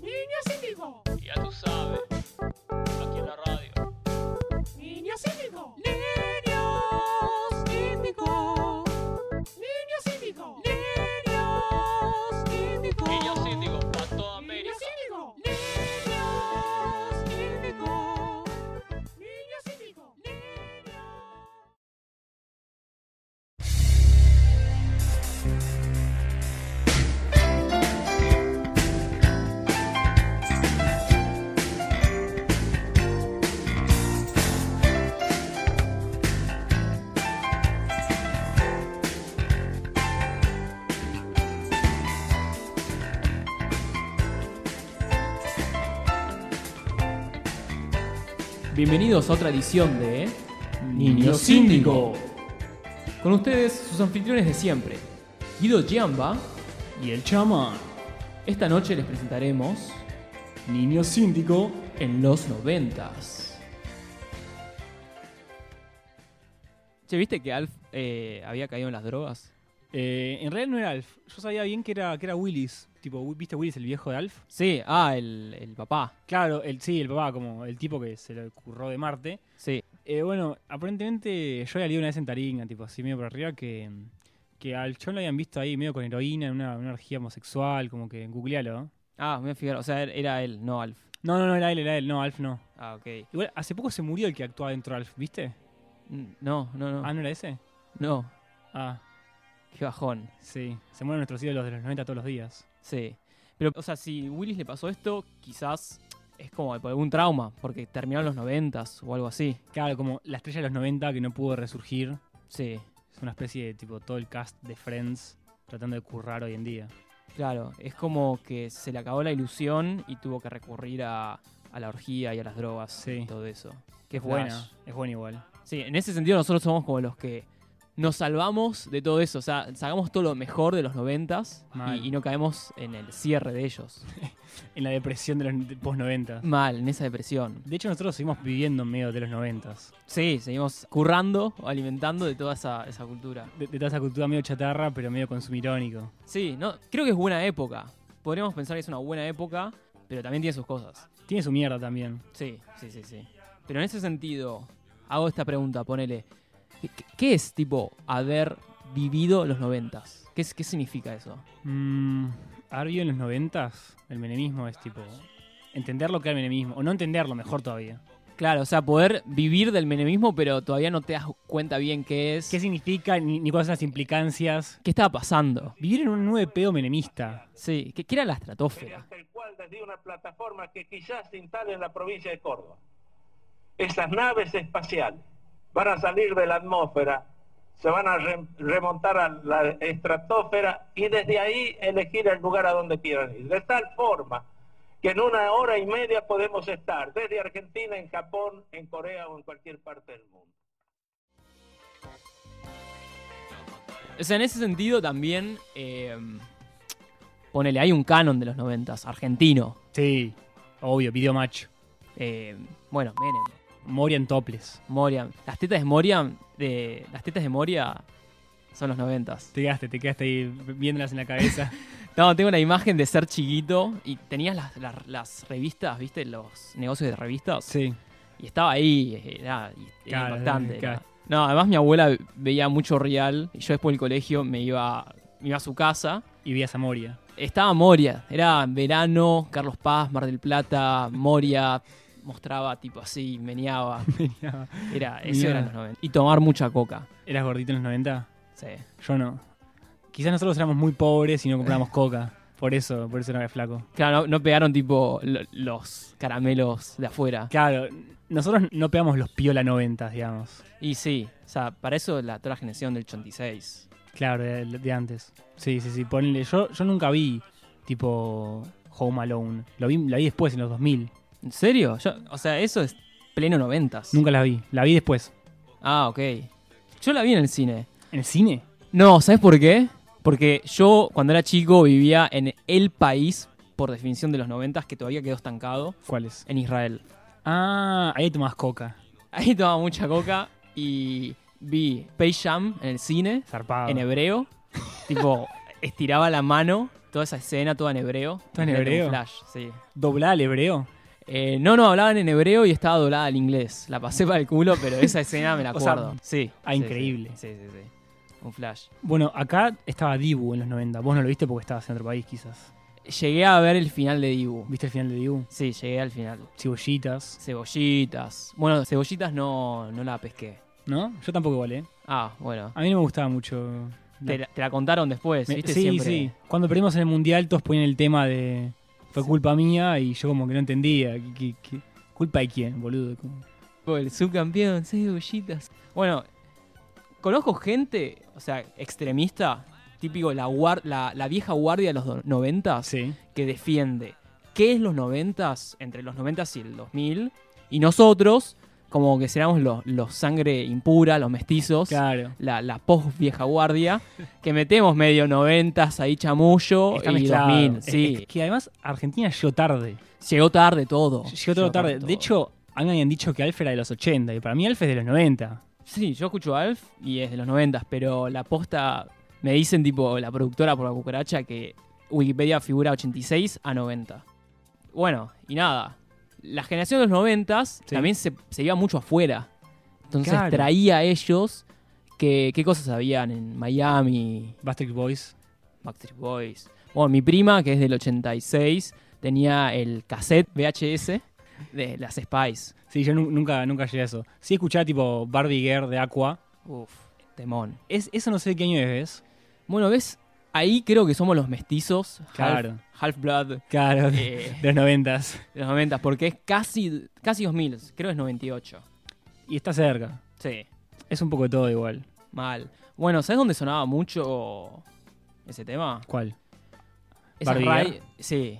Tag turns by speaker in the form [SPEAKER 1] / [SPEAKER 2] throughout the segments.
[SPEAKER 1] Niños índigo,
[SPEAKER 2] Ya tú sabes, aquí en la radio.
[SPEAKER 1] niños índigo,
[SPEAKER 3] Niños Índigo,
[SPEAKER 1] niños índigo,
[SPEAKER 3] Niños Índigo,
[SPEAKER 2] Niños síndigos para toda América.
[SPEAKER 1] niños índigo,
[SPEAKER 3] Niños Índigo.
[SPEAKER 1] niños índigo.
[SPEAKER 4] Bienvenidos a otra edición de
[SPEAKER 5] Niño Síndico.
[SPEAKER 4] Con ustedes, sus anfitriones de siempre, Guido Giamba.
[SPEAKER 5] y el chamán,
[SPEAKER 4] Esta noche les presentaremos
[SPEAKER 5] niño síndico.
[SPEAKER 4] En los noventas. Che, ¿viste que Alf eh, había caído en las drogas?
[SPEAKER 5] Eh, en realidad no era Alf, yo sabía bien que era, que era Willis, tipo, Wi- ¿viste Willis el viejo de Alf?
[SPEAKER 4] Sí, ah, el, el papá.
[SPEAKER 5] Claro, el, sí, el papá, como el tipo que se le curró de Marte.
[SPEAKER 4] Sí.
[SPEAKER 5] Eh, bueno, aparentemente yo había leído una vez en Taringa, tipo así medio por arriba, que, que al chon lo habían visto ahí medio con heroína en una, una orgía homosexual, como que googlealo. ¿eh?
[SPEAKER 4] Ah, me voy a fijar. O sea, er- era él, no Alf.
[SPEAKER 5] No, no, no, era él, era él, no, Alf no.
[SPEAKER 4] Ah, ok.
[SPEAKER 5] Igual, hace poco se murió el que actuaba dentro de Alf, ¿viste?
[SPEAKER 4] Mm, No, no, no.
[SPEAKER 5] Ah, ¿no era ese?
[SPEAKER 4] No,
[SPEAKER 5] Ah,
[SPEAKER 4] qué bajón.
[SPEAKER 5] sí, se mueren nuestros ídolos de los 90 todos los días.
[SPEAKER 4] Sí. Pero, o sea, si Willis le pasó esto, quizás es como por algún trauma, porque terminaron los noventas o algo así.
[SPEAKER 5] Claro, como la estrella de los 90 que no pudo resurgir.
[SPEAKER 4] Sí,
[SPEAKER 5] Es una especie de tipo todo el cast de Friends tratando de currar hoy en día.
[SPEAKER 4] claro. Es como que se le acabó la ilusión y tuvo que recurrir a, a la orgía y a las drogas
[SPEAKER 5] Sí.
[SPEAKER 4] y todo eso. Qué
[SPEAKER 5] Es buena,
[SPEAKER 4] flash.
[SPEAKER 5] es buena igual.
[SPEAKER 4] Sí, en ese sentido nosotros somos como los que nos salvamos de todo eso. O sea, sacamos todo lo mejor de los noventas
[SPEAKER 5] Mal.
[SPEAKER 4] y, y no caemos en el cierre de ellos.
[SPEAKER 5] En la depresión de los post 90
[SPEAKER 4] Mal, en esa depresión.
[SPEAKER 5] De hecho, nosotros seguimos viviendo en medio de los 90
[SPEAKER 4] Sí, seguimos currando, alimentando de toda esa, esa cultura.
[SPEAKER 5] De, de toda esa cultura medio chatarra, pero medio consumirónico.
[SPEAKER 4] Sí, no, creo que es buena época. Podríamos pensar que es una buena época, pero también tiene sus cosas.
[SPEAKER 5] Tiene su mierda también.
[SPEAKER 4] Sí, sí, sí, sí. Pero en ese sentido, hago esta pregunta, ponele. ¿Qué, qué es, tipo, haber vivido los noventas? ¿Qué, es- ¿Qué significa eso?
[SPEAKER 5] Mm, haber vivido en los 90 el menemismo es tipo. Entender lo que era el menemismo, o no entenderlo, mejor todavía.
[SPEAKER 4] Claro, o sea, poder vivir del menemismo, pero todavía no te das cuenta bien qué es.
[SPEAKER 5] ¿Qué significa ni, ni cuáles son las implicancias?
[SPEAKER 4] qué estaba pasando?
[SPEAKER 5] Vivir en un nueve peo menemista.
[SPEAKER 4] Sí, ¿qué, qué era la estratosfera?
[SPEAKER 6] mediante el cual desde una plataforma que quizás se instale en la provincia de Córdoba. Esas naves espaciales van a salir de la atmósfera, se van a re- remontar a la estratosfera y desde ahí elegir el lugar a donde quieran ir. De tal forma que en una hora y media podemos estar desde Argentina, en Japón, en Corea o en cualquier parte del mundo.
[SPEAKER 4] O sea, en ese sentido también, eh, ponele, hay un canon de los noventas, argentino.
[SPEAKER 5] Sí, obvio, video macho.
[SPEAKER 4] Eh, bueno, Menem,
[SPEAKER 5] Morian Toples.
[SPEAKER 4] Moria. Las tetas de Moria, de, las tetas de Moria son los noventas.
[SPEAKER 5] Te quedaste, te quedaste ahí viéndolas en la cabeza.
[SPEAKER 4] No, tengo la imagen de ser chiquito y tenías las, las- las revistas, ¿viste? Los negocios de revistas.
[SPEAKER 5] sí.
[SPEAKER 4] Y estaba ahí, era, y- era
[SPEAKER 5] Claro,
[SPEAKER 4] impactante.
[SPEAKER 5] claro.
[SPEAKER 4] era. No, además mi abuela veía mucho Real y yo después del colegio me iba, me iba a su casa.
[SPEAKER 5] Y veías a Moria.
[SPEAKER 4] Estaba Moria, era verano, Carlos Paz, Mar del Plata, Moria, mostraba tipo así, meneaba. Era, eso
[SPEAKER 5] Mirá.
[SPEAKER 4] eran los 90. Y tomar mucha coca.
[SPEAKER 5] ¿Eras gordito en los 90?
[SPEAKER 4] Sí.
[SPEAKER 5] Yo no. Quizás nosotros éramos muy pobres y no comprábamos coca. Por eso, por eso era flaco.
[SPEAKER 4] Claro, no, no pegaron tipo lo- los caramelos de afuera.
[SPEAKER 5] Claro, nosotros no pegamos los piola 90, digamos.
[SPEAKER 4] Y sí, o sea, para eso la, toda la generación del 86.
[SPEAKER 5] Claro, de, de antes. Sí, sí, sí. Ponle. Yo, yo nunca vi, tipo, Home Alone. Lo vi, la vi después, en los 2000.
[SPEAKER 4] ¿En serio? Yo- o sea, eso es pleno 90.
[SPEAKER 5] Nunca la vi. La vi después.
[SPEAKER 4] Ah, ok. Yo la vi en el cine.
[SPEAKER 5] ¿En el cine?
[SPEAKER 4] No, ¿sabes por qué? Porque yo cuando era chico vivía en el país, por definición de los 90, que todavía quedó estancado,
[SPEAKER 5] ¿Cuáles?
[SPEAKER 4] en Israel.
[SPEAKER 5] Ah, ahí tomás coca.
[SPEAKER 4] Ahí tomaba mucha coca y vi Space Jam en el cine,
[SPEAKER 5] Zarpado.
[SPEAKER 4] en hebreo. tipo, estiraba la mano, toda esa escena, toda en hebreo.
[SPEAKER 5] ¿Toda en
[SPEAKER 4] Imagínate
[SPEAKER 5] hebreo?
[SPEAKER 4] un Flash, sí.
[SPEAKER 5] Doblada al hebreo.
[SPEAKER 4] Eh, no, no, hablaban en hebreo y estaba doblada al inglés. La pasé para el culo, pero esa escena me la
[SPEAKER 5] O sea,
[SPEAKER 4] acuerdo. sí.
[SPEAKER 5] ah,
[SPEAKER 4] sí,
[SPEAKER 5] increíble.
[SPEAKER 4] Sí, sí, sí. Un flash.
[SPEAKER 5] Bueno, acá estaba Dibu en los 90. Vos no lo viste porque estabas en otro país, quizás.
[SPEAKER 4] Llegué a ver el final de Dibu.
[SPEAKER 5] ¿Viste el final de Dibu?
[SPEAKER 4] Sí, llegué al final.
[SPEAKER 5] Cebollitas.
[SPEAKER 4] Cebollitas. Bueno, cebollitas no, no la pesqué.
[SPEAKER 5] ¿No? Yo tampoco igual, ¿eh?
[SPEAKER 4] Ah, bueno.
[SPEAKER 5] A mí no me gustaba mucho.
[SPEAKER 4] Te, la- te la contaron después,
[SPEAKER 5] Ah, Me-
[SPEAKER 4] ¿viste?
[SPEAKER 5] sí,
[SPEAKER 4] Siempre.
[SPEAKER 5] sí. Cuando perdimos en el Mundial, todos ponían el tema de fue culpa mía y yo como que no entendía. ¿Qué- qué- qué- ¿Culpa de quién, boludo? Como-
[SPEAKER 4] El subcampeón, cebollitas. Bueno, conozco gente, o sea, extremista, típico, la, guar- la, la vieja guardia de los do- noventas,
[SPEAKER 5] Sí.
[SPEAKER 4] que defiende qué es los noventas, entre los noventas y el 2000, y nosotros, como que seramos los, los sangre impura, los mestizos.
[SPEAKER 5] Claro.
[SPEAKER 4] La, la post vieja guardia, que metemos medio noventas ahí chamullo
[SPEAKER 5] Está
[SPEAKER 4] y
[SPEAKER 5] mezclado.
[SPEAKER 4] 2000,
[SPEAKER 5] Es-
[SPEAKER 4] sí.
[SPEAKER 5] es que además Argentina llegó tarde.
[SPEAKER 4] Llegó tarde todo.
[SPEAKER 5] Llegó todo tarde.
[SPEAKER 4] todo.
[SPEAKER 5] De hecho, a mí me habían dicho que Alf era de los 80 y para mí Alf es de los 90.
[SPEAKER 4] Sí, yo escucho a Alf y es de los 90, pero la posta me dicen tipo la productora por la cucaracha que Wikipedia figura 86 a 90. Bueno, y nada, la generación de los 90 también se, se iba mucho afuera. Entonces
[SPEAKER 5] Claro.
[SPEAKER 4] traía a ellos que, qué cosas habían en Miami,
[SPEAKER 5] Bastard Boys.
[SPEAKER 4] Backstreet Boys. Bueno, mi prima, que es del 86, tenía el cassette VHS de las Spice.
[SPEAKER 5] Sí, yo nu- nunca, nunca llegué a eso. Sí escuchaba tipo Barbie Girl de Aqua.
[SPEAKER 4] Uf, temón.
[SPEAKER 5] Es, eso no sé de qué año es.
[SPEAKER 4] Bueno, ¿ves? Ahí creo que somos los mestizos.
[SPEAKER 5] Claro.
[SPEAKER 4] Half-Blood
[SPEAKER 5] Claro, de,
[SPEAKER 4] eh,
[SPEAKER 5] de los 90.
[SPEAKER 4] de los 90, porque es casi, casi 2000, creo que es 98.
[SPEAKER 5] Y está cerca.
[SPEAKER 4] Sí,
[SPEAKER 5] Es un poco de todo igual.
[SPEAKER 4] mal. Bueno, ¿sabes dónde sonaba mucho ese tema?
[SPEAKER 5] ¿Cuál?
[SPEAKER 4] Esas
[SPEAKER 5] Barbie
[SPEAKER 4] radios.
[SPEAKER 5] Girl.
[SPEAKER 4] Sí.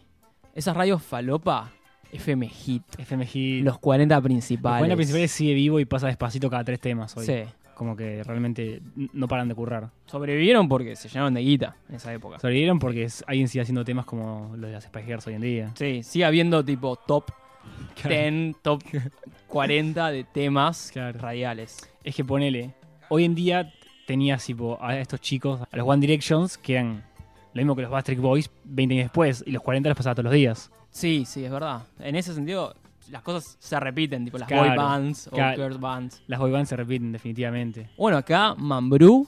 [SPEAKER 4] Esas radios falopa, FM Hit.
[SPEAKER 5] FMG.
[SPEAKER 4] Los 40
[SPEAKER 5] Los
[SPEAKER 4] principales.
[SPEAKER 5] 40 principales sigue vivo y pasa despacito cada tres temas hoy.
[SPEAKER 4] Sí.
[SPEAKER 5] Como que realmente n- no paran de currar.
[SPEAKER 4] Sobrevivieron porque se llenaron de guita en esa época.
[SPEAKER 5] Sobrevivieron porque es- alguien sigue haciendo temas como los de las Spice Girls hoy en día.
[SPEAKER 4] Sí, sigue habiendo tipo top
[SPEAKER 5] Claro.
[SPEAKER 4] 10, top 40 de temas
[SPEAKER 5] Claro.
[SPEAKER 4] radiales.
[SPEAKER 5] Es que ponele, hoy en día tenías tipo a estos chicos, a los One Directions, que eran lo mismo que los Bastric Boys 20 años después, y los 40 los pasaba todos los días.
[SPEAKER 4] Sí, sí, es verdad. En ese sentido, las cosas se repiten, tipo las
[SPEAKER 5] Claro,
[SPEAKER 4] boy bands
[SPEAKER 5] claro.
[SPEAKER 4] o girl bands.
[SPEAKER 5] Las boy bands se repiten definitivamente.
[SPEAKER 4] Bueno, acá Mambrú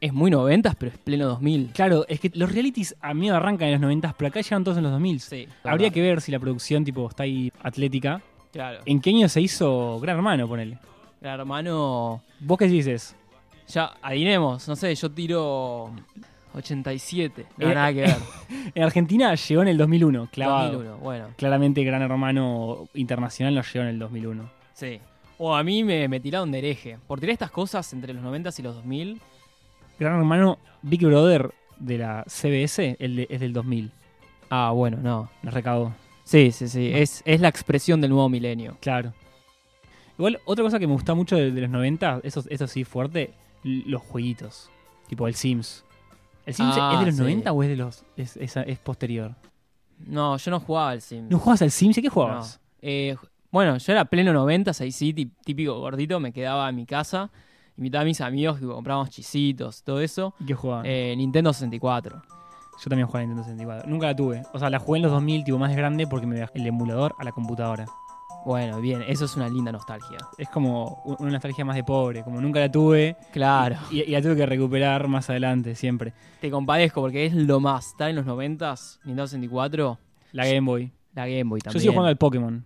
[SPEAKER 4] es muy noventas, pero es pleno 2000.
[SPEAKER 5] Claro, es que los realities a mí arrancan en los 90, pero acá llegan todos en los 2000.
[SPEAKER 4] Sí.
[SPEAKER 5] Habría que ver si la producción tipo está ahí atlética.
[SPEAKER 4] Claro.
[SPEAKER 5] ¿En qué año se hizo Gran Hermano, ponele?
[SPEAKER 4] El hermano...
[SPEAKER 5] ¿Vos qué dices?
[SPEAKER 4] Ya, adivinemos. No sé, yo tiro 87. No,
[SPEAKER 5] Eh,
[SPEAKER 4] nada que ver.
[SPEAKER 5] En Argentina llegó en el 2001, clavado.
[SPEAKER 4] 2001, bueno.
[SPEAKER 5] Claramente Gran Hermano Internacional nos llegó en el 2001.
[SPEAKER 4] Sí. O a mí me, me tiraron de hereje. Por tirar estas cosas entre los 90 y los 2000.
[SPEAKER 5] Gran Hermano Big Brother de la CBS el de- es del 2000.
[SPEAKER 4] Ah, bueno, no.
[SPEAKER 5] Nos recabó,
[SPEAKER 4] Sí, sí, sí.
[SPEAKER 5] Ah.
[SPEAKER 4] Es, es la expresión del nuevo milenio.
[SPEAKER 5] claro. Igual, otra cosa que me gusta mucho de, de los 90, eso, eso sí fuerte, l- los jueguitos. Tipo el Sims. ¿El Sims
[SPEAKER 4] Ah,
[SPEAKER 5] es de los
[SPEAKER 4] sí.
[SPEAKER 5] 90 o es de los es, es- es posterior?
[SPEAKER 4] No, yo no jugaba al Sims.
[SPEAKER 5] ¿No jugabas al Sims? ¿A qué jugabas?
[SPEAKER 4] No. Eh, bueno, yo era pleno 90, ahí sí, tip- típico gordito, me quedaba en mi casa, invitaba a mis amigos que comprábamos chisitos, todo eso.
[SPEAKER 5] ¿Y ¿Qué jugabas?
[SPEAKER 4] Eh, Nintendo 64.
[SPEAKER 5] Yo también jugaba a Nintendo 64. Nunca la tuve. O sea, la jugué en los 2000, tipo más grande, porque me bajé el emulador a la computadora.
[SPEAKER 4] Bueno, bien, eso es una linda nostalgia.
[SPEAKER 5] Es como u- una nostalgia más de pobre. Como nunca la tuve
[SPEAKER 4] Claro,
[SPEAKER 5] y, y la tuve que recuperar más adelante, siempre.
[SPEAKER 4] te compadezco porque es lo más. Estar en los 90, Nintendo 64,
[SPEAKER 5] La Game Boy.
[SPEAKER 4] la Game Boy también.
[SPEAKER 5] Yo sigo jugando al Pokémon.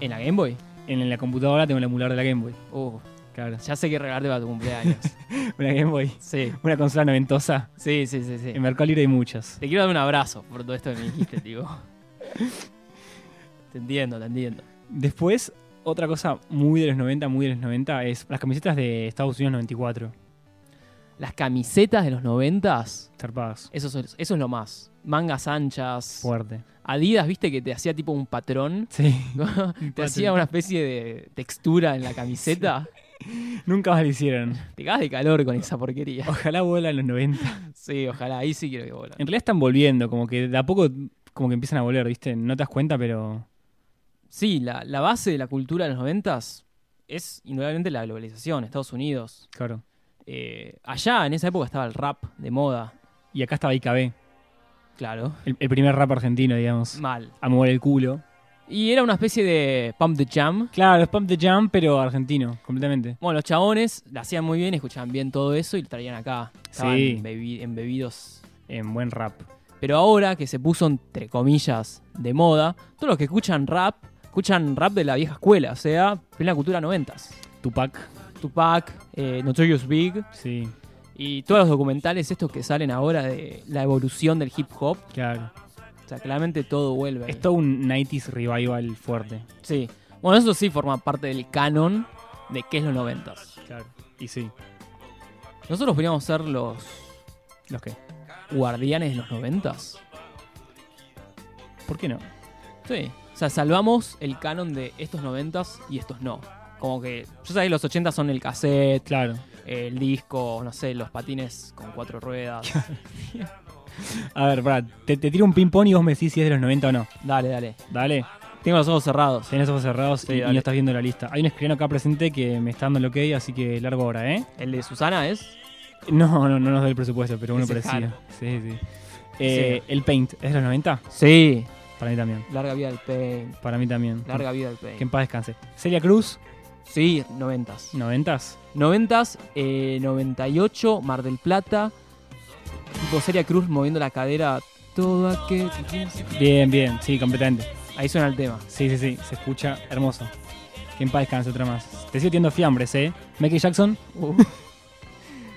[SPEAKER 4] ¿En la Game Boy?
[SPEAKER 5] En la computadora tengo el emulador de la Game Boy.
[SPEAKER 4] Uh,
[SPEAKER 5] Claro.
[SPEAKER 4] ya sé qué regalarte para tu cumpleaños.
[SPEAKER 5] Una Game Boy.
[SPEAKER 4] sí,
[SPEAKER 5] Una consola noventosa.
[SPEAKER 4] sí, sí, sí. sí.
[SPEAKER 5] En Mercado Libre hay muchas.
[SPEAKER 4] Te quiero dar un abrazo por todo esto que me dijiste, tío. te entiendo, te entiendo.
[SPEAKER 5] Después, otra cosa muy de los 90, muy de los 90, es las camisetas de Estados Unidos 94.
[SPEAKER 4] Las camisetas de los 90
[SPEAKER 5] Zarpadas.
[SPEAKER 4] Eso es, eso es lo más. Mangas anchas.
[SPEAKER 5] Fuerte.
[SPEAKER 4] Adidas, viste que te hacía tipo un patrón.
[SPEAKER 5] Sí.
[SPEAKER 4] te hacía una especie de textura en la camiseta.
[SPEAKER 5] Nunca más lo hicieron.
[SPEAKER 4] Te cagas de calor con esa porquería.
[SPEAKER 5] Ojalá vuela en los 90.
[SPEAKER 4] Sí, ojalá. Ahí sí quiero que vuelva.
[SPEAKER 5] En realidad están volviendo, como que de a poco como que empiezan a volver, ¿viste? No te das cuenta, pero
[SPEAKER 4] Sí, la, la base de la cultura de los noventas es indudablemente la globalización, Estados Unidos.
[SPEAKER 5] Claro.
[SPEAKER 4] Eh, allá en esa época estaba el rap de moda,
[SPEAKER 5] Y acá estaba IKB,
[SPEAKER 4] claro.
[SPEAKER 5] el, el primer rap argentino, digamos.
[SPEAKER 4] Mal.
[SPEAKER 5] A mover el culo.
[SPEAKER 4] Y era una especie de pump the jam.
[SPEAKER 5] Claro, es Pump the Jam, pero argentino, completamente.
[SPEAKER 4] Bueno, los chabones la hacían muy bien, escuchaban bien todo eso y lo traían acá. Estaban
[SPEAKER 5] Sí.
[SPEAKER 4] embebi- embebidos.
[SPEAKER 5] En buen rap.
[SPEAKER 4] Pero ahora que se puso entre comillas de moda, todos los que escuchan rap, escuchan rap de la vieja escuela, o sea, plena cultura noventas.
[SPEAKER 5] Tupac,
[SPEAKER 4] Tupac, eh, Notorious Big
[SPEAKER 5] sí,
[SPEAKER 4] y todos los documentales estos que salen ahora de la evolución del hip hop.
[SPEAKER 5] claro.
[SPEAKER 4] O sea, claramente todo vuelve. ahí.
[SPEAKER 5] Es todo un 90s revival fuerte.
[SPEAKER 4] Sí. Bueno, eso sí forma parte del canon de qué es los noventas.
[SPEAKER 5] Claro. Y sí.
[SPEAKER 4] Nosotros podríamos ser los
[SPEAKER 5] ¿Los qué?
[SPEAKER 4] guardianes de los noventas.
[SPEAKER 5] ¿Por qué no?
[SPEAKER 4] Sí. O sea, salvamos el canon de estos noventas y estos no. Como que, yo sabía que los 80 son el cassette,
[SPEAKER 5] Claro.
[SPEAKER 4] el disco, no sé, los patines con cuatro ruedas.
[SPEAKER 5] A ver, pará, te, te tiro un ping-pong y vos me decís si es de los 90 o no.
[SPEAKER 4] dale, dale.
[SPEAKER 5] Dale.
[SPEAKER 4] Tengo los ojos cerrados.
[SPEAKER 5] Tenés ojos cerrados
[SPEAKER 4] Sí,
[SPEAKER 5] y- y,
[SPEAKER 4] dale.
[SPEAKER 5] no estás viendo la lista. Hay un escribano acá presente que me está dando el ok, así que largo ahora, ¿eh?
[SPEAKER 4] El de Susana es.
[SPEAKER 5] No, no, no nos da el presupuesto, pero uno
[SPEAKER 4] Ese es
[SPEAKER 5] parecido. Sí, sí. Eh,
[SPEAKER 4] Sí.
[SPEAKER 5] El Paint, ¿es de los 90?
[SPEAKER 4] Sí.
[SPEAKER 5] Para mí también.
[SPEAKER 4] Larga vida del pain.
[SPEAKER 5] Para mí también.
[SPEAKER 4] Larga vida del
[SPEAKER 5] Que en
[SPEAKER 4] pain.
[SPEAKER 5] paz descanse. Celia Cruz,
[SPEAKER 4] Sí, noventas.
[SPEAKER 5] 90s.
[SPEAKER 4] Noventas, eh, 98, Mar del Plata. Tipo Seria Cruz moviendo la cadera. Todo aquel...
[SPEAKER 5] Bien, bien, sí, completamente.
[SPEAKER 4] Ahí suena el tema.
[SPEAKER 5] Sí, sí, sí, se escucha hermoso. Que en paz descanse otra más. Te sigo tiendo fiambres, ¿eh? Michael Jackson,
[SPEAKER 4] Uh.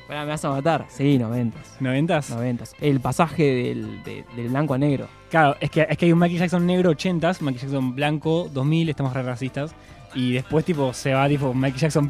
[SPEAKER 4] Pará, me vas a matar. Sí, noventas.
[SPEAKER 5] 90s.
[SPEAKER 4] Noventas. El pasaje del, de- del blanco a negro.
[SPEAKER 5] Claro, es que, es que hay un Michael Jackson negro 80s, Michael Jackson blanco 2000, estamos re racistas. Y después, tipo, se va, tipo, Michael Jackson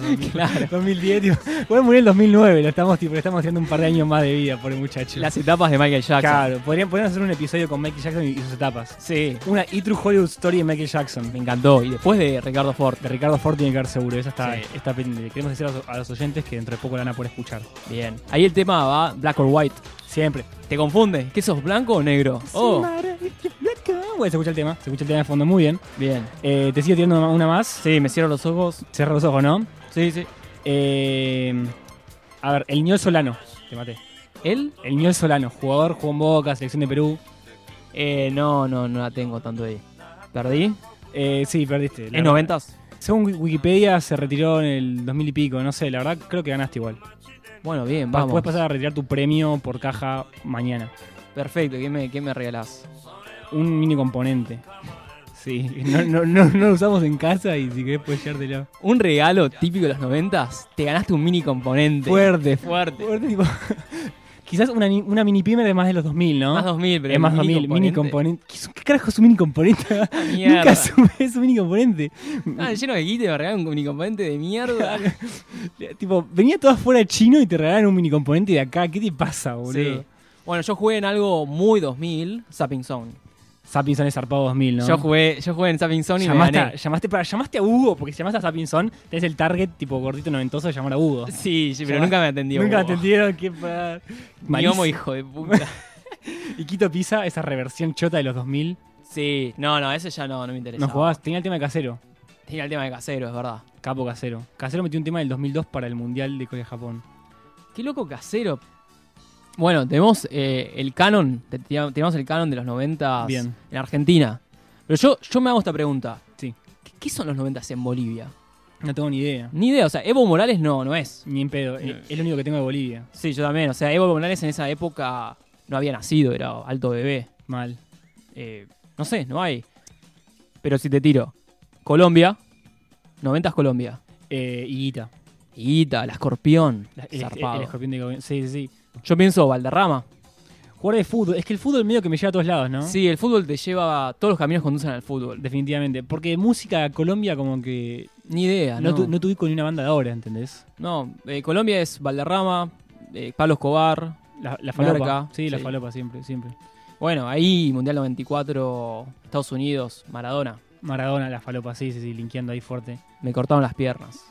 [SPEAKER 5] 2000, 2010, tipo. Puede morir en 2009, lo estamos, tipo, le estamos tirando un par de años más de vida por el muchacho.
[SPEAKER 4] Las etapas de Michael Jackson.
[SPEAKER 5] Claro, podrían, podrían hacer un episodio con Michael Jackson y, y sus etapas.
[SPEAKER 4] Sí.
[SPEAKER 5] Una E True Hollywood Story de Michael Jackson.
[SPEAKER 4] Me encantó. Y después de Ricardo Ford.
[SPEAKER 5] De Ricardo Ford tiene que haber seguro, esa está,
[SPEAKER 4] Sí.
[SPEAKER 5] está pendiente. Queremos decir a los, a los oyentes que dentro de poco la van a poder escuchar.
[SPEAKER 4] Bien. Ahí el tema va black or white.
[SPEAKER 5] Siempre.
[SPEAKER 4] ¿Te confunde? ¿Qué sos blanco o negro? Oh,
[SPEAKER 5] Bueno, se escucha el tema, se escucha el tema de fondo muy bien.
[SPEAKER 4] bien.
[SPEAKER 5] Eh, te sigo tirando una- una más.
[SPEAKER 4] Sí, me cierro los ojos.
[SPEAKER 5] Cierra los ojos, ¿no?
[SPEAKER 4] Sí, sí.
[SPEAKER 5] Eh, a ver, el Ñol Solano. Te maté.
[SPEAKER 4] ¿Él?
[SPEAKER 5] El Ñol Solano, jugador, jugó en Boca, selección de Perú.
[SPEAKER 4] Eh, no, no, no la tengo tanto ahí. ¿Perdí?
[SPEAKER 5] Eh, sí, perdiste. la
[SPEAKER 4] ¿En
[SPEAKER 5] verdad.
[SPEAKER 4] noventas?
[SPEAKER 5] Según Wi- Wikipedia, se retiró en el 2000 y pico. No sé, la verdad, creo que ganaste igual.
[SPEAKER 4] Bueno, bien,
[SPEAKER 5] Vas-
[SPEAKER 4] vamos.
[SPEAKER 5] Puedes pasar a retirar tu premio por caja mañana.
[SPEAKER 4] Perfecto, ¿qué me, qué me regalás?
[SPEAKER 5] Un mini componente. Sí, no, no, no, no lo usamos en casa y si querés puedes llevártelo.
[SPEAKER 4] Un regalo típico de los noventas, te ganaste un mini componente.
[SPEAKER 5] Fuerte, fuerte.
[SPEAKER 4] Fuerte.
[SPEAKER 5] tipo, Quizás una, ni- una mini pyme de más de los 2000, ¿no?
[SPEAKER 4] Más 2000, pero
[SPEAKER 5] es más 2000, mini componente. ¿Qué, es- qué carajo es un mini componente? Nunca supe es un mini componente.
[SPEAKER 4] Ah, lleno de guite, me regalaron un mini componente de mierda.
[SPEAKER 5] Tipo, venía toda fuera chino y te regalaron un mini componente de acá. ¿Qué te pasa, boludo?
[SPEAKER 4] sí.
[SPEAKER 5] Sí.
[SPEAKER 4] Bueno, yo jugué en algo muy 2000, Zapping Zone.
[SPEAKER 5] Sapinson es zarpado 2000, ¿no?
[SPEAKER 4] Yo jugué, yo jugué en Zapping Zone y me
[SPEAKER 5] Llamaste, a,
[SPEAKER 4] gané.
[SPEAKER 5] llamaste, para, llamaste a Hugo, porque si llamaste a Sapinson, tenés el target tipo gordito noventoso de llamar a Hugo.
[SPEAKER 4] Sí, sí, pero
[SPEAKER 5] Llamaste-
[SPEAKER 4] nunca me atendió.
[SPEAKER 5] Nunca
[SPEAKER 4] bobo.
[SPEAKER 5] entendieron qué pa-
[SPEAKER 4] Miomo,
[SPEAKER 5] Malísimo.
[SPEAKER 4] hijo de puta.
[SPEAKER 5] Y Quito Pisa, esa reversión chota de los 2000.
[SPEAKER 4] Sí, no, no, ese ya no, no me interesa.
[SPEAKER 5] No jugabas, tenía el tema de Casero.
[SPEAKER 4] Tenía el tema de casero, es verdad.
[SPEAKER 5] Capo Casero. Casero metió un tema del 2002 para el Mundial de Corea-Japón.
[SPEAKER 4] Qué loco casero. Bueno, tenemos eh, el canon, te- te- tenemos el canon de los 90
[SPEAKER 5] Bien.
[SPEAKER 4] en Argentina. Pero yo, yo me hago esta pregunta.
[SPEAKER 5] Sí.
[SPEAKER 4] ¿Qué, qué son los 90 en Bolivia?
[SPEAKER 5] No tengo ni idea.
[SPEAKER 4] Ni idea, o sea, Evo Morales no, no es.
[SPEAKER 5] Ni en pedo.
[SPEAKER 4] No.
[SPEAKER 5] Eh, Es lo único que tengo de Bolivia.
[SPEAKER 4] Sí, yo también, o sea, Evo Morales en esa época no había nacido, era alto bebé.
[SPEAKER 5] Mal.
[SPEAKER 4] Eh, no sé, no hay. Pero si te tiro, Colombia, 90 Colombia.
[SPEAKER 5] Eh, Higuita.
[SPEAKER 4] Ita, la escorpión,
[SPEAKER 5] La- El, el-
[SPEAKER 4] zarpado.
[SPEAKER 5] el escorpión de Gavión. Sí, sí, sí.
[SPEAKER 4] Yo pienso Valderrama.
[SPEAKER 5] Jugar de fútbol. Es que el fútbol medio que me lleva a todos lados, ¿no?
[SPEAKER 4] Sí, el fútbol te lleva, todos los caminos conducen al fútbol.
[SPEAKER 5] Definitivamente. Porque música Colombia como que
[SPEAKER 4] Ni idea,
[SPEAKER 5] no,
[SPEAKER 4] ¿no?
[SPEAKER 5] tu- no tuve con ni una banda de ahora, ¿entendés?
[SPEAKER 4] No, eh, Colombia es Valderrama, eh, Pablo Escobar.
[SPEAKER 5] La, la falopa.
[SPEAKER 4] Merca.
[SPEAKER 5] Sí, la
[SPEAKER 4] Sí.
[SPEAKER 5] falopa siempre, siempre.
[SPEAKER 4] Bueno, ahí Mundial 94, Estados Unidos, Maradona.
[SPEAKER 5] Maradona, la falopa, sí, sí, sí, linkeando ahí fuerte.
[SPEAKER 4] Me cortaron las piernas,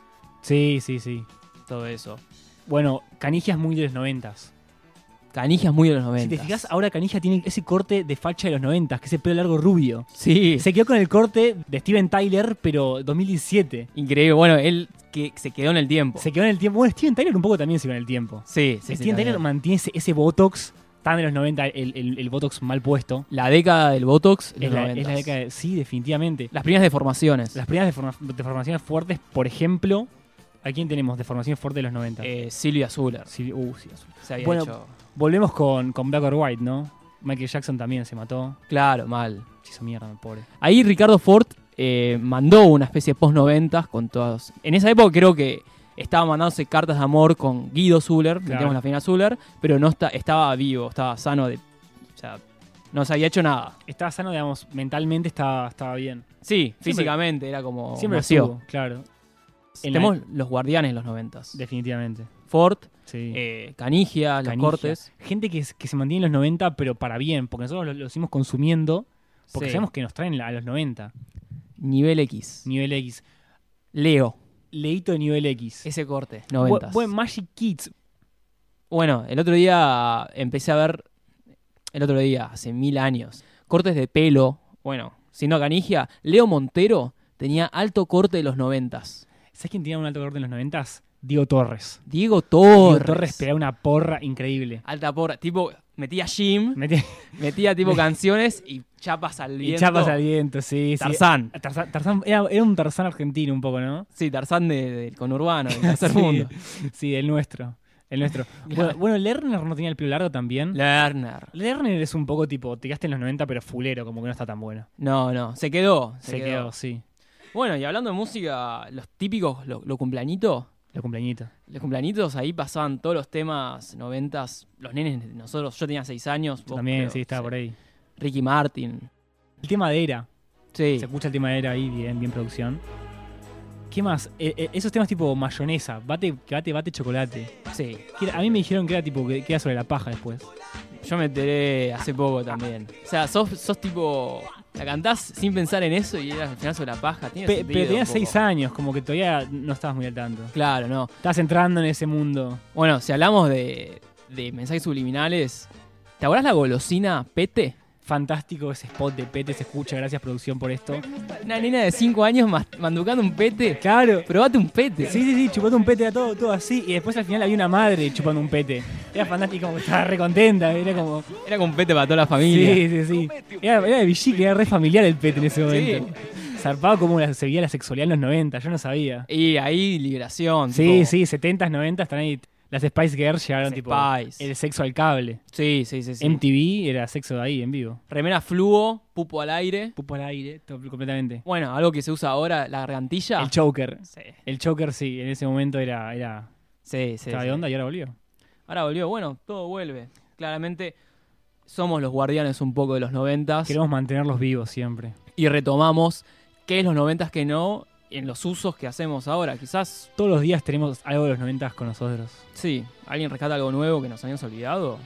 [SPEAKER 5] Sí, sí, sí.
[SPEAKER 4] todo eso.
[SPEAKER 5] Bueno, Canigia es muy de los noventas.
[SPEAKER 4] Canija es muy de los 90.
[SPEAKER 5] Si te fijas, ahora Canija tiene ese corte de facha de los 90, que ese pelo largo rubio.
[SPEAKER 4] Sí.
[SPEAKER 5] Se quedó con el corte de Steven Tyler, pero 2017.
[SPEAKER 4] Increíble. Bueno, él que se quedó en el tiempo.
[SPEAKER 5] Se quedó en el tiempo. Bueno, Steven Tyler un poco también se quedó en el tiempo.
[SPEAKER 4] Sí, sí, sí,
[SPEAKER 5] Steven Tyler
[SPEAKER 4] también.
[SPEAKER 5] mantiene ese, ese botox tan de los 90, el, el- el botox mal puesto.
[SPEAKER 4] La década del Botox,
[SPEAKER 5] Es
[SPEAKER 4] los
[SPEAKER 5] la, es la
[SPEAKER 4] 90s.
[SPEAKER 5] década de- sí, definitivamente.
[SPEAKER 4] Las primeras deformaciones.
[SPEAKER 5] Las primeras deforma- deformaciones fuertes, por ejemplo, ¿a quién tenemos deformaciones fuertes de los 90?
[SPEAKER 4] Eh, Silvia Zuller.
[SPEAKER 5] Sí, uh, sí, azul.
[SPEAKER 4] Se había
[SPEAKER 5] Bueno.
[SPEAKER 4] hecho.
[SPEAKER 5] Volvemos con, con Black or White, ¿no? Michael Jackson también se mató.
[SPEAKER 4] Claro, mal.
[SPEAKER 5] Se hizo mierda, el pobre.
[SPEAKER 4] Ahí Ricardo Ford eh, mandó una especie de post noventas con todas. En esa época creo que estaba mandándose cartas de amor con Guido Zuller,
[SPEAKER 5] Claro.
[SPEAKER 4] metemos la final Zuller, pero no está, estaba vivo, estaba sano de. O sea, no se había hecho nada.
[SPEAKER 5] Estaba sano, digamos, mentalmente estaba, estaba bien.
[SPEAKER 4] Sí, físicamente era como.
[SPEAKER 5] Siempre
[SPEAKER 4] nació.
[SPEAKER 5] estuvo, claro. En la-
[SPEAKER 4] Tenemos los guardianes de los noventas.
[SPEAKER 5] Definitivamente.
[SPEAKER 4] Ford,
[SPEAKER 5] Sí.
[SPEAKER 4] eh, Canigia, los
[SPEAKER 5] Canigia.
[SPEAKER 4] cortes.
[SPEAKER 5] Gente que, es- que se mantiene en los 90, pero para bien, porque nosotros lo, lo seguimos consumiendo, porque
[SPEAKER 4] Sí.
[SPEAKER 5] sabemos que nos traen la- a los 90.
[SPEAKER 4] Nivel X.
[SPEAKER 5] Nivel X.
[SPEAKER 4] Leo.
[SPEAKER 5] Leito de nivel X.
[SPEAKER 4] Ese corte.
[SPEAKER 5] Bu-
[SPEAKER 4] Noventas.
[SPEAKER 5] buen Magic Kids.
[SPEAKER 4] Bueno, el otro día empecé a ver, el otro día, hace mil años, cortes de pelo. Bueno, siendo canigia, Leo Montero tenía alto corte de los noventas.
[SPEAKER 5] ¿Sabes quién tenía un alto corte en los 90? Diego Torres.
[SPEAKER 4] Diego
[SPEAKER 5] Diego
[SPEAKER 4] Torres.
[SPEAKER 5] Torres pegaba una porra increíble.
[SPEAKER 4] Alta porra. Tipo, metía gym,
[SPEAKER 5] Metía-
[SPEAKER 4] metía tipo canciones y chapas al
[SPEAKER 5] Y
[SPEAKER 4] viento.
[SPEAKER 5] chapas al viento, sí. sí.
[SPEAKER 4] Tarzán.
[SPEAKER 5] Tarzán- Tarzán- era, era un Tarzán argentino un poco, ¿no?
[SPEAKER 4] Sí, Tarzán de- del conurbano, del tercer
[SPEAKER 5] Sí.
[SPEAKER 4] mundo.
[SPEAKER 5] Sí, el nuestro. El nuestro. bueno, bueno, Lerner no tenía el pelo largo también.
[SPEAKER 4] Lerner.
[SPEAKER 5] Lerner es un poco tipo, te quedaste en los 90 pero fulero, como que no está tan bueno.
[SPEAKER 4] No, no, se quedó. Se,
[SPEAKER 5] Se
[SPEAKER 4] quedó.
[SPEAKER 5] quedó, sí.
[SPEAKER 4] Bueno, y hablando de música, los típicos, los lo cumpleañitos.
[SPEAKER 5] Los cumpleañitos.
[SPEAKER 4] Los cumpleañitos ahí pasaban todos los temas noventas, los nenes de nosotros, yo tenía seis años,
[SPEAKER 5] Yo
[SPEAKER 4] vos
[SPEAKER 5] también,
[SPEAKER 4] creo,
[SPEAKER 5] sí, estaba por ahí.
[SPEAKER 4] Ricky Martin.
[SPEAKER 5] El tema de Era.
[SPEAKER 4] Sí.
[SPEAKER 5] Se escucha el tema de Era ahí, bien, bien producción. ¿Qué más? Eh, eh, esos temas tipo mayonesa, bate, que bate, bate chocolate.
[SPEAKER 4] sí.
[SPEAKER 5] Que era- a mí me dijeron que era tipo, que queda sobre la paja después.
[SPEAKER 4] Yo me enteré hace poco también. O sea, sos, sos tipo. La cantás sin pensar en eso y eras al final sobre la paja. Tiene
[SPEAKER 5] Pe-
[SPEAKER 4] sentido
[SPEAKER 5] pero
[SPEAKER 4] un
[SPEAKER 5] tenías
[SPEAKER 4] poco.
[SPEAKER 5] 6 años, como que todavía no estabas muy al tanto.
[SPEAKER 4] Claro, no.
[SPEAKER 5] Estabas entrando en ese mundo.
[SPEAKER 4] Bueno, si hablamos de, de mensajes subliminales, ¿te acuerdas la golosina Pete?
[SPEAKER 5] Fantástico ese spot de Pete, se escucha, gracias producción por esto.
[SPEAKER 4] Una nena de 5 años mas- manducando un pete.
[SPEAKER 5] Claro.
[SPEAKER 4] Probate un pete.
[SPEAKER 5] Sí, sí, sí, chupando un pete era todo, todo así. Y después al final había una madre chupando un pete. Era fantástico, como que estaba re contenta. Era como.
[SPEAKER 4] Era con pete para toda la familia.
[SPEAKER 5] Sí, sí, sí. Era, era de Villique, era re familiar el pete en ese momento. Zarpado como la- se veía la sexualidad en los 90, yo no sabía.
[SPEAKER 4] Y ahí liberación.
[SPEAKER 5] Sí,
[SPEAKER 4] Eh, tipo,
[SPEAKER 5] sí, 70s, 90s, están ahí. Las Spice Girls llegaron tipo.
[SPEAKER 4] Spice.
[SPEAKER 5] El sexo al cable.
[SPEAKER 4] Sí, sí, sí. sí.
[SPEAKER 5] MTV era sexo de ahí, en vivo.
[SPEAKER 4] Remera fluo, pupo al aire.
[SPEAKER 5] Pupo al aire, todo- completamente.
[SPEAKER 4] Bueno, algo que se usa ahora, la gargantilla.
[SPEAKER 5] El choker.
[SPEAKER 4] sí,
[SPEAKER 5] El choker, sí, en ese momento era. era
[SPEAKER 4] sí, sí.
[SPEAKER 5] estaba
[SPEAKER 4] sí.
[SPEAKER 5] de onda y ahora volvió.
[SPEAKER 4] Ahora volvió. Bueno, todo vuelve. Claramente somos los guardianes un poco de los noventas
[SPEAKER 5] Queremos mantenerlos vivos siempre.
[SPEAKER 4] y retomamos qué es los noventas que no en los usos que hacemos ahora. Quizás,
[SPEAKER 5] Todos los días tenemos algo de los 90 con nosotros.
[SPEAKER 4] sí, alguien rescata algo nuevo que nos habíamos olvidado.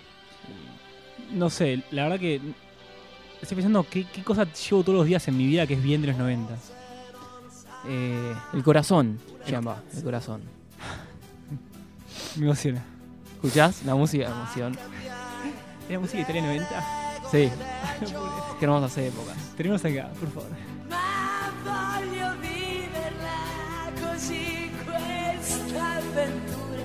[SPEAKER 5] No sé, la verdad que estoy pensando qué, qué cosa llevo todos los días en mi vida que es bien de los 90.
[SPEAKER 4] Eh, el corazón, llama, el corazón.
[SPEAKER 5] Me emociona.
[SPEAKER 4] ¿Escuchás la música de emoción?
[SPEAKER 5] ¿Era música de Italia 90?
[SPEAKER 4] Sí. Qué hermosas épocas.
[SPEAKER 5] Tenemos acá, por favor.
[SPEAKER 7] Ma voglio viverla così questa avventura.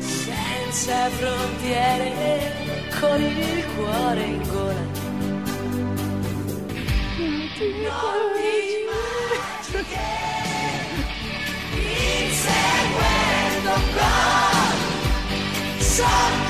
[SPEAKER 7] Senza frontiere, con il cuore in gola. Notti magiche, inseguendo un gol. Sotto